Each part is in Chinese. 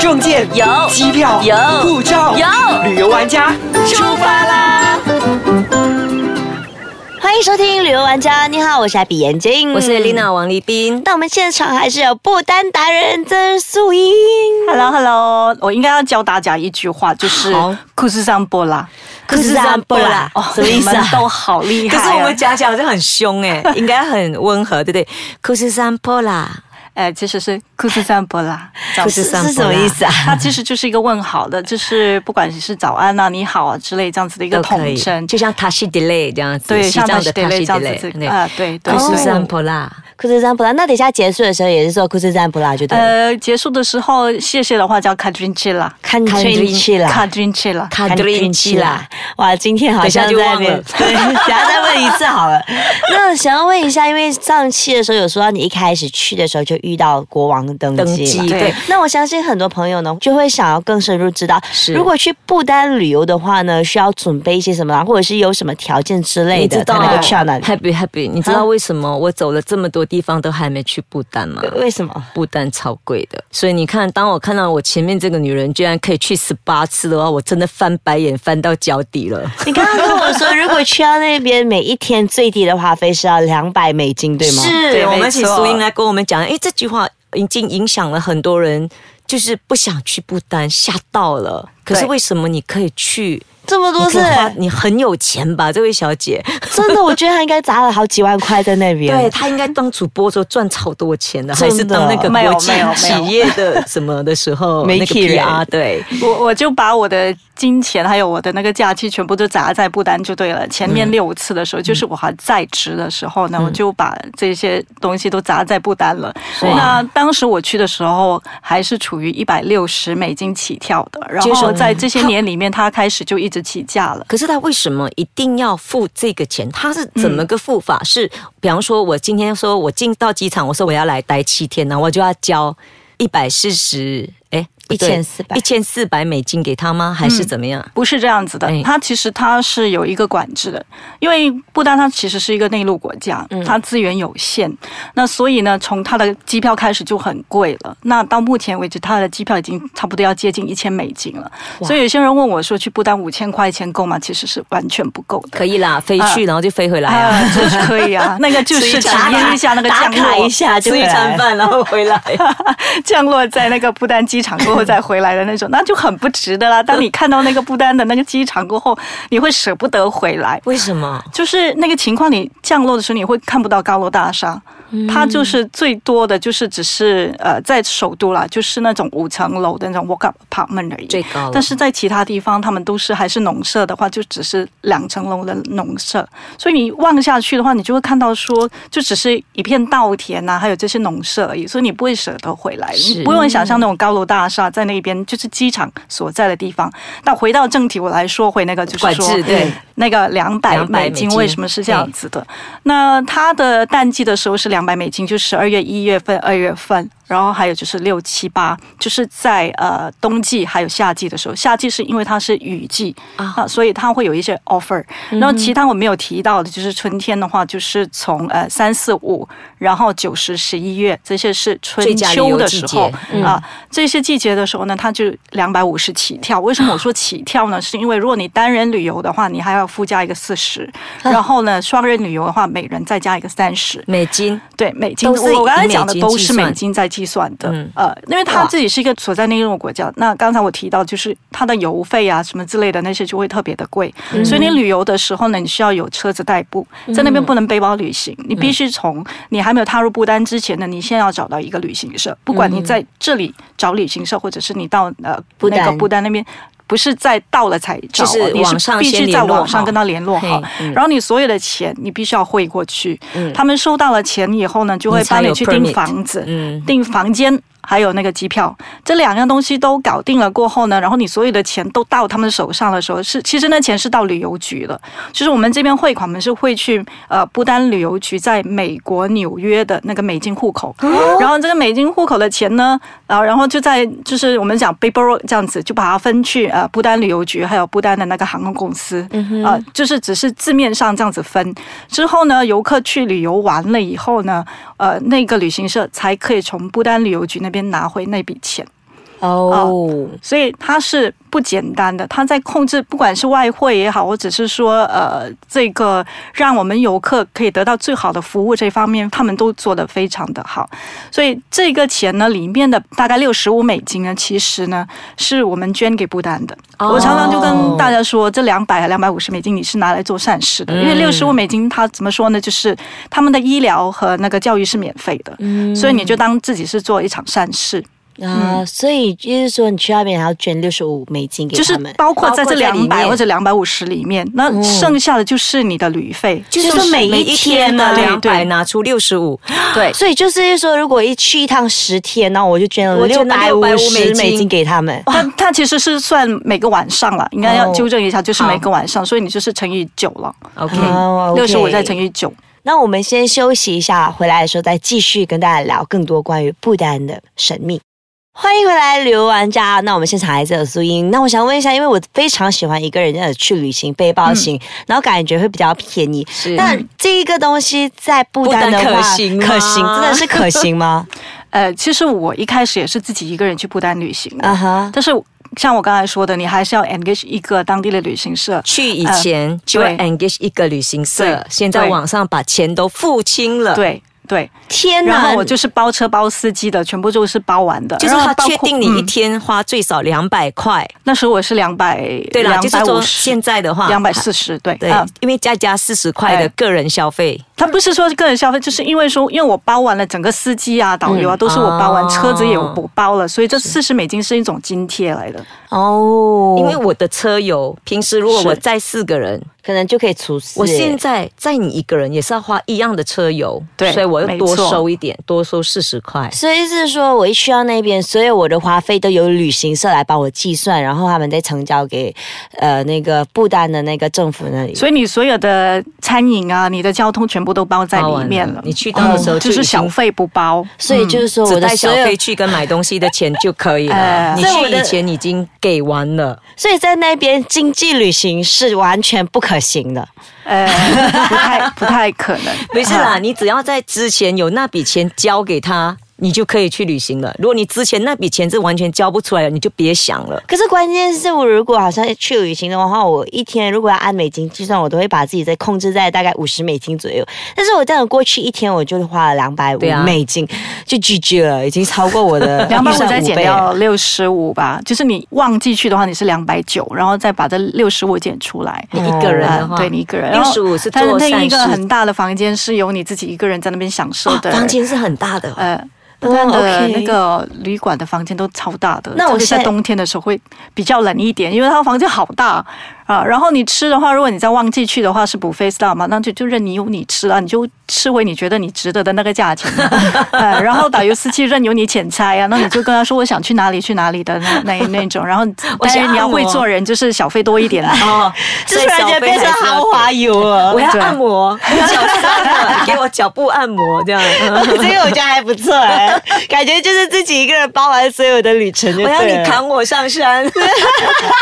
证件有机票有护照有旅游玩家出发啦！欢迎收听旅游玩家，你好，我是艾比眼嗯镜，我是。Lina 王立斌。那我们现场还是有不丹达人曾素英。 Hello Hello，我应该要教大家一句话，就是好库斯桑波拉，库斯桑波拉哦，什么 意思啊你们都好厉害、可啊。是我们讲讲好像很凶 哎、应该很温和，对不对？库斯山坡啦，呃，其实是库斯桑 波拉，早库斯桑波拉是什么意思啊？它其实就是一个问好的，就是不管你是早安啊、你好啊之类这样子的一个都可统以称，，就像 Tashi Delay 这样子，对，西像藏那的 d Tashi 这样子 Delay，啊，对对。库斯山对坡啦，库兹赞布拉，那等一下结束的时候也是说库兹赞布拉就对了。呃，结束的时候谢谢的话叫卡君切拉，看运气卡啦，君切拉，卡运顿气基啦啦，！哇，今天好像在那边，对， 等一下再问一次好 了。那想要问一下，因为上期的时候有说到你一开始去的时候就遇到国王登登基嘛基，对对。 那我相信很多朋友呢，就会想要更深入知道，是如果去不丹旅游的话呢，需要准备一些什么，或者是有什么条件之类你的，知才道能够去到那里？ Happy Happy，你知道为什么我走了这么多地方都还没去不丹吗？为什么？不丹超贵的，所以你看，当我看到我前面这个女人居然可以去十八次的话，我真的翻白眼翻到脚底了。你刚刚跟我说，如果去到那边，每一天最低的花费是要两百美金，对吗？是对我们没请错苏英来跟我们讲，哎，这句话已经影响了很多人，就是不想去不丹，吓到了。可是对为什么你可以去？这么多你次可，花你很有钱吧，这位小姐？真的，我觉得他应该砸了好几万块在那边。 对，她应该当主播的时候赚超多钱的，还真的是当那个没有国际没有没有企业的什么的时候，媒那个体人 PR 对。 我我就把我的金钱还有我的那个假期全部都砸在不丹就对了。前面六次的时候，就是我还在职的时候呢，我就把这些东西都砸在不丹了。哇那当时我去的时候还是处于一百六十美金起跳的，然接受后在这些年里面，它开始就一直起价了。可是他为什么一定要付这个钱？他是怎么个付法？是比方说，我今天说我进到机场，我说我要来待七天呢，我就要交一百四十，哎， 1400一千四百美金给他吗？还是怎么样？不是这样子的哎，它其实它是有一个管制的，因为不丹它其实是一个内陆国家，嗯它资源有限，那所以呢，从它的机票开始就很贵了。那到目前为止，它的机票已经差不多要接近一千美金了。所以有些人问我说，去不丹五千块钱够吗？其实是完全不够的。可以啦，飞去、然后就飞回哎来啊。啊，这是可以 啊，那个就是体验一下那个打降卡落一下就吃回一来餐了。饭，然后回来。降落在那个不丹机场过后再回来的那种，那就很不值得啦。当你看到那个不丹的那个机场过后，你会舍不得回来。为什么？就是那个情况，你降落的时候你会看不到高楼大厦，嗯它就是最多的就是只是呃在首都啦，就是那种五层楼的那种 walk up apartment 而已。最高了但是在其他地方，他们都是还是农舍的话，就只是两层楼的农舍，所以你望下去的话，你就会看到说，就只是一片稻田呐、还有这些农舍而已，所以你不会舍得回来，是你不用想象那种高楼大厦在那边，就是机场所在的地方。那回到正题，我来说回那个就是管说制对那个两百200美美金金为什么是这样子的？那它的淡季的时候是两百美金，就十二月、一月份、二月份，然后还有就是六七八，就是在呃冬季还有夏季的时候，夏季是因为它是雨季啊嗯啊、所以它会有一些 offer。然后其他我没有提到的，就是春天的话，就是从呃三四五，然后九十十一月这些是最春佳旅秋游的季时节嗯候啊、这些季节的时候呢，它就两百五十起跳。为什么我说起跳呢？是因为如果你单人旅游的话，你还要附加一个四十，然后呢，双人旅游的话，每人再加一个三十。美金对，美金，都是我我刚以才美讲的金都计是美算金在计算的，嗯呃，因为它哇自己是一个所在内陆国家，那刚才我提到就是它的油费啊什么之类的那些就会特别的贵，嗯所以你旅游的时候呢，你需要有车子代步，在那边不能背包旅嗯行，你必须从你还没有踏入不丹之前呢，你先要找到一个旅行嗯社，不管你在这里找旅行社，或者是你到呃不那个丹不丹那边。不是在到了才找就啊，是你网上是必先须联在络网上好跟他联络好嘿，嗯然后你所有的钱你必须要汇过去。他们收到了钱以后呢，就会你才帮你有去订 permit 房子，嗯订房间。还有那个机票，这两样东西都搞定了过后呢，然后你所有的钱都到他们手上的时候，是其实那钱是到旅游局的，就是我们这边汇款，我们是会去呃不丹旅游局在美国纽约的那个美金户口，哦然后这个美金户口的钱呢，啊，然后就在就是我们讲 b a b e r 这样子，就把它分去呃不丹旅游局还有不丹的那个航空公司，啊、就是只是字面上这样子分，之后呢，游客去旅游完了以后呢，呃，那个旅行社才可以从不丹旅游局那边拿回那笔钱。哦，所以它是不简单的。它在控制，不管是外汇也好，或者是说呃这个让我们游客可以得到最好的服务这方面，他们都做得非常的好。所以这个钱呢，里面的大概六十五美金呢，其实呢是我们捐给不丹的。哦我常常就跟大家说，这两百两百五十美金你是拿来做善事的，因为六十五美金它怎么说呢，就是他们的医疗和那个教育是免费的，所以你就当自己是做一场善事。啊，所以就是说你去那边还要捐六十五美金给就是他们，包括在包括这在里两百面哦或者两百五十里面，那剩下的就是你的旅费。就是说每一天呢的对两百对拿出六十五，对所以就是说，如果一去一趟十天，然后我就捐了我六捐了百五650十美美金金给他们。它它其实是算每个晚上了，应该要哦纠正一下，就是每个晚上，所以你就是乘以九了， ，OK，哦六十五 OK 再乘以九。那我们先休息一下，回来的时候再继续跟大家聊更多关于不丹的神秘。欢迎回来，旅游玩家。那我们现场还是有苏英。那我想问一下，因为我非常喜欢一个人的去旅行，背包行，嗯然后感觉会比较便宜。是那这一个东西在不丹的不话，丹可行吗可行真的是可行吗？呃，其实我一开始也是自己一个人去不丹旅行 的，啊哈，但是像我刚才说的，你还是要 engage 一个当地的旅行社。去以前就要对 engage 一个旅行社对，现在对网上把钱都付清了，，对对，天然哪！后我就是包车包司机的，全部都是包完的。就是然后他包括确定你一嗯天花最少两百块，那时候我是两百，对啦，两就是百五说十，现在的话，两百四十，对，对啊，因为再加四十块的哎个人消费，他不是说个人消费，就是因为说，因为我包完了整个司机啊、导游啊，都是我包完，哦车子也我包了，所以这四十美金是一种津贴来的。哦，因为我的车油，平时如果是我载四个人，可能就可以除四。我现在载你一个人也是要花一样的车油，对所以我要没多错收一点，多收四十块。所以是说，我一去到那边，所有我的花费都由旅行社来帮我计算，然后他们再成交给呃那个不丹的那个政府那里。所以你所有的餐饮啊、你的交通全部都包在包里完面了了。你去到的时候哦就就已是经小费不 包，所以就是说，我嗯只的带小所有费，去跟买东西的钱就可以 哎了。你所以我去的以前已经给完了，所以在那边经济旅行是完全不可行的。呃，不太不太可能。不是啊啦，你只要在之前有那笔钱交给他，你就可以去旅行了。如果你之前那笔钱是完全交不出来的，你就别想了。可是关键是我如果好像去旅行的话，我一天如果要按美金计算，我都会把自己再控制在大概五十美金左右。但是我这样过去一天，我就花了两百五对啊美金，就 GG 了，已经超过我的 两百预五算再减倍了 掉六十五吧，就是你忘记去的话，你是两百九，然后再把这六十五减出来。啊呃你一个人的话，对你一个人，然后65是但是做那一善个事很大的房间是由你自己一个人在那边享受哦的。房间是很大的哦。呃，不丹的 OK 那个旅馆的房间都超大的，那我特别现在在冬天的时候会比较冷一点，因为它房间好大啊。然后你吃的话，如果你在旺季去的话是不 face 到嘛，那就就任由你吃啊，你就吃回你觉得你值得的那个价钱嘛。呃，然后导游司机任由你遣差啊，那你就跟他说我想去哪里去哪里的那那那种，然后我但想是你要按摩会做人，就是小费多一点啦。 哦，这突然间变成豪华游了。我要对按摩，我脚 酸了，给我脚部按摩这样。嗯这个我觉得还不错哎、感觉就是自己一个人包完所有的旅程就我要对你了扛我上山，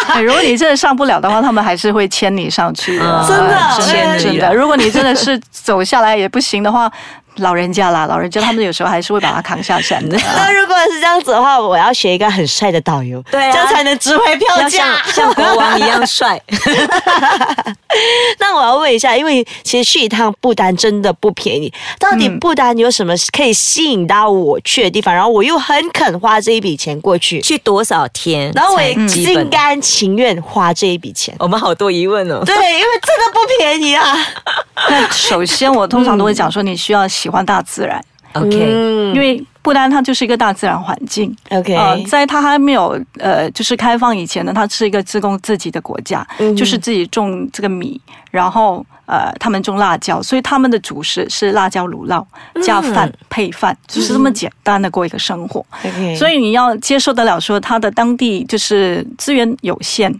哎如果你真的上不了的话，他们还是会牵你上去的嗯，真的真牵的你真的。了如果你真的是走下来也不行的话，老人家啦，老人家他们有时候还是会把他扛下山的。嗯那如果是这样子的话，我要选一个很帅的导游，对啊这样才能值回票要价像。像国王一样帅。 那我要问一下，因为其实去一趟不丹真的不便宜，到底不丹有什么可以吸引到我去的地方？然后我又很肯花这一笔钱过去，去多少天？然后我也才基本心甘情愿花这一笔钱。我们好多疑问哦。对，因为真的不便宜啊。那呃首先，我通常都会讲说，你需要喜欢大自然，嗯 OK，因为不丹它就是一个大自然环境。 OK，、呃，在它还没有呃，就是开放以前呢，它是一个自供自己的国家，就是自己种这个米，然后呃，他们种辣椒，所以他们的主食是辣椒卤酪加饭、配饭，就是这么简单的过一个生活。 OK，所以以你要接受得了说它的当地就是资源有限。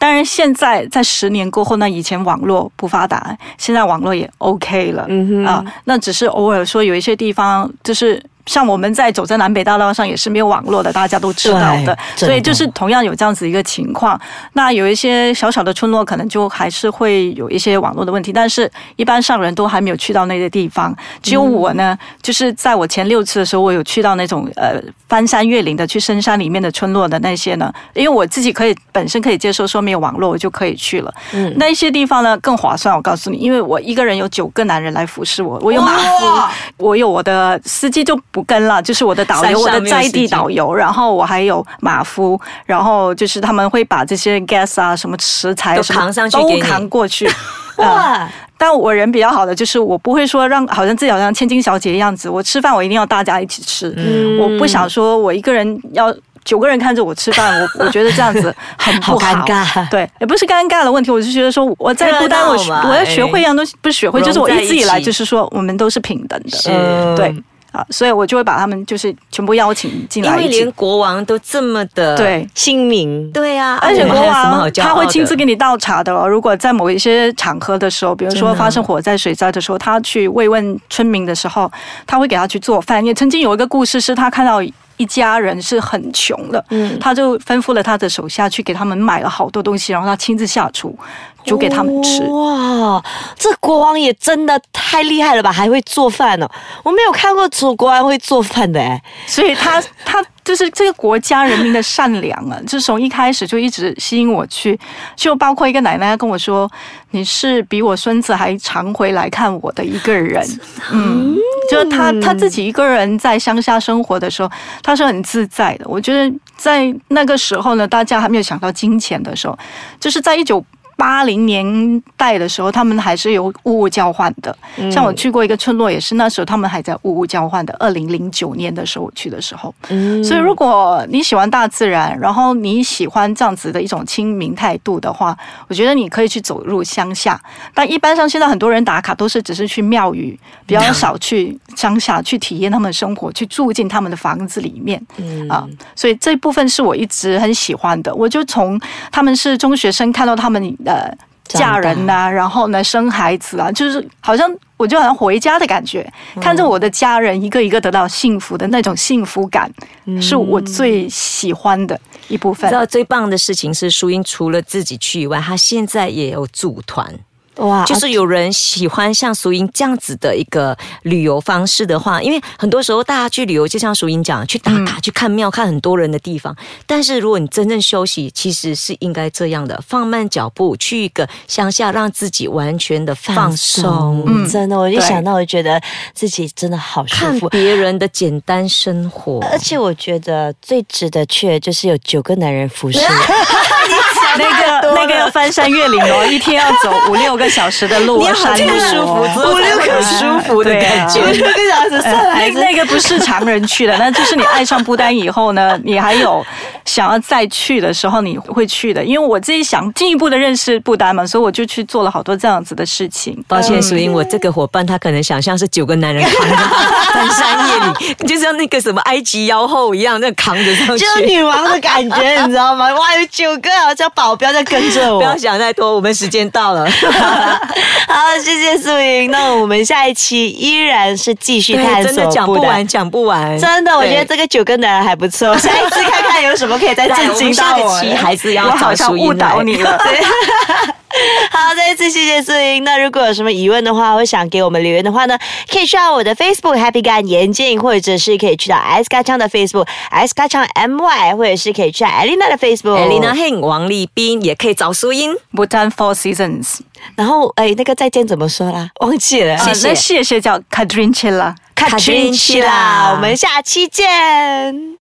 当然，现在在十年过后，那以前网络不发达，现在网络也 OK 了、嗯哼啊。那只是偶尔说有一些地方，就是像我们在走在南北大道上也是没有网络的，大家都知道的，对所真以的就是同样有这样子一个情况。那有一些小小的村落可能就还是会有一些网络的问题，但是一般上人都还没有去到那个地方。只有我呢，嗯就是在我前六次的时候，我有去到那种呃翻山越岭的，去深山里面的村落的那些呢，因为我自己可以本身可以接受说没有网络，我就可以去了。嗯那一些地方呢更划算，我告诉你，因为我一个人有九个男人来服侍我，我有马夫，我有我的司机就不跟了，就是我的导山游，上我的没有在司地机导游，然后我还有马夫，然后就是他们会把这些 gas 啊、什么食材啊都什么扛上去都给你扛过 去。啊哇，但我人比较好的就是我不会说让好像自己好像千金小姐的样子，我吃饭我一定要大家一起吃，嗯我不想说我一个人要。九个人看着我吃饭，我我觉得这样子很不好尴哎尬对，也不是尴尬的问题，我就觉得说我在孤单，我热闹嘛哎我要学会一样东西，不是学会，融就是我在一直以来一起就是说我们都是平等的，是嗯对啊，所以我就会把他们就是全部邀请进因来为一起，连国王都这么的，对，姓名对呀、啊，而且我们国还有什么好王骄傲的他会亲自给你倒茶的哦。如果在某一些场合的时候，比如真的说发生火灾、水灾的时候，他去慰问村民的时候，他会给他去做饭。也曾经有一个故事是，他看到。一家人是很穷的，嗯他就吩咐了他的手下去给他们买了好多东西，然后他亲自下厨煮给他们吃。哇，这国王也真的太厉害了吧，还会做饭哦！我没有看过楚国王会做饭的哎，所以他 他就是这个国家人民的善良啊，就是从一开始就一直吸引我去，就包括一个奶奶跟我说：“你是比我孙子还常回来看我的一个人。”嗯，就是他他自己一个人在乡下生活的时候，他是很自在的。我觉得在那个时候呢，大家还没有想到金钱的时候，就是在一九。八零年代的时候，他们还是有物物交换的。像我去过一个村落，也是那时候他们还在物物交换的。二零零九年的时候我去的时候，嗯所以如果你喜欢大自然，然后你喜欢这样子的一种亲民态度的话，我觉得你可以去走入乡下。但一般上现在很多人打卡都是只是去庙宇，比较少去乡下去体验他们的生活，去住进他们的房子里面。嗯啊，所以这部分是我一直很喜欢的。我就从他们是中学生看到他们呃长大嫁人呐、啊然后呢生孩子啊，就是好像我就好像回家的感觉，嗯看着我的家人一个一个得到幸福的那种幸福感，是我最喜欢的一部你分嗯知。道最棒的事情是，淑英除了自己去以外，她现在也有组团。哇，就是有人喜欢像淑英这样子的一个旅游方式的话，因为很多时候大家去旅游，就像淑英讲，去打卡、去看庙、看很多人的地方。但是如果你真正休息，其实是应该这样的，放慢脚步，去一个乡下，让自己完全的放松。嗯啊真的，我一对想到我就觉得自己真的好舒看服。别人的简单生活，而且我觉得最值得去的就是有九个男人服侍我，那 个那个要翻山越岭哦，一天要走五六个小时的 路，你要山很路啊舒服，哦之 后才会有舒服的对啊感 觉。 六个小时算那那个不是常人去的，那就是你爱上不丹以后呢，你还有想要再去的时候，你会去的。因为我自己想进一步的认识不丹嘛，所以我就去做了好多这样子的事情。抱歉，淑英，我这个伙伴他可能想象是九个男人扛 着翻山越岭，就像那个什么埃及妖后一样，那扛着上去就。有女王的感觉，你知道吗？ 哇，有九个好像保镖在跟着不我要。想太多，我们时间到 了。 好，谢谢素莹。那我们下一期依然是继续探对，索真的讲不丹完，讲不完。真的，我对觉得这个九个男人还不错。下一次看看有什么可以 再震惊到对我我 们下一了。期还是要我好找像淑误英导来。你了。好，再次谢谢素英。那如果有什么疑问的话，或想给我们留言的话呢，可以去到我的 Facebook Happy Gun 眼镜，或者是可以去到 S 嘎唱的 Facebook S 嘎唱 MY，或者是可以去到 Elena 的 Facebook Elena Heng、王立斌也可以找淑英。不丹 Four Seasons，然后哎，那个再见怎么说啦？忘记了。啊那谢谢叫 Kadrinchela。卡 Katrin 去 Chila 啦，我们下期见。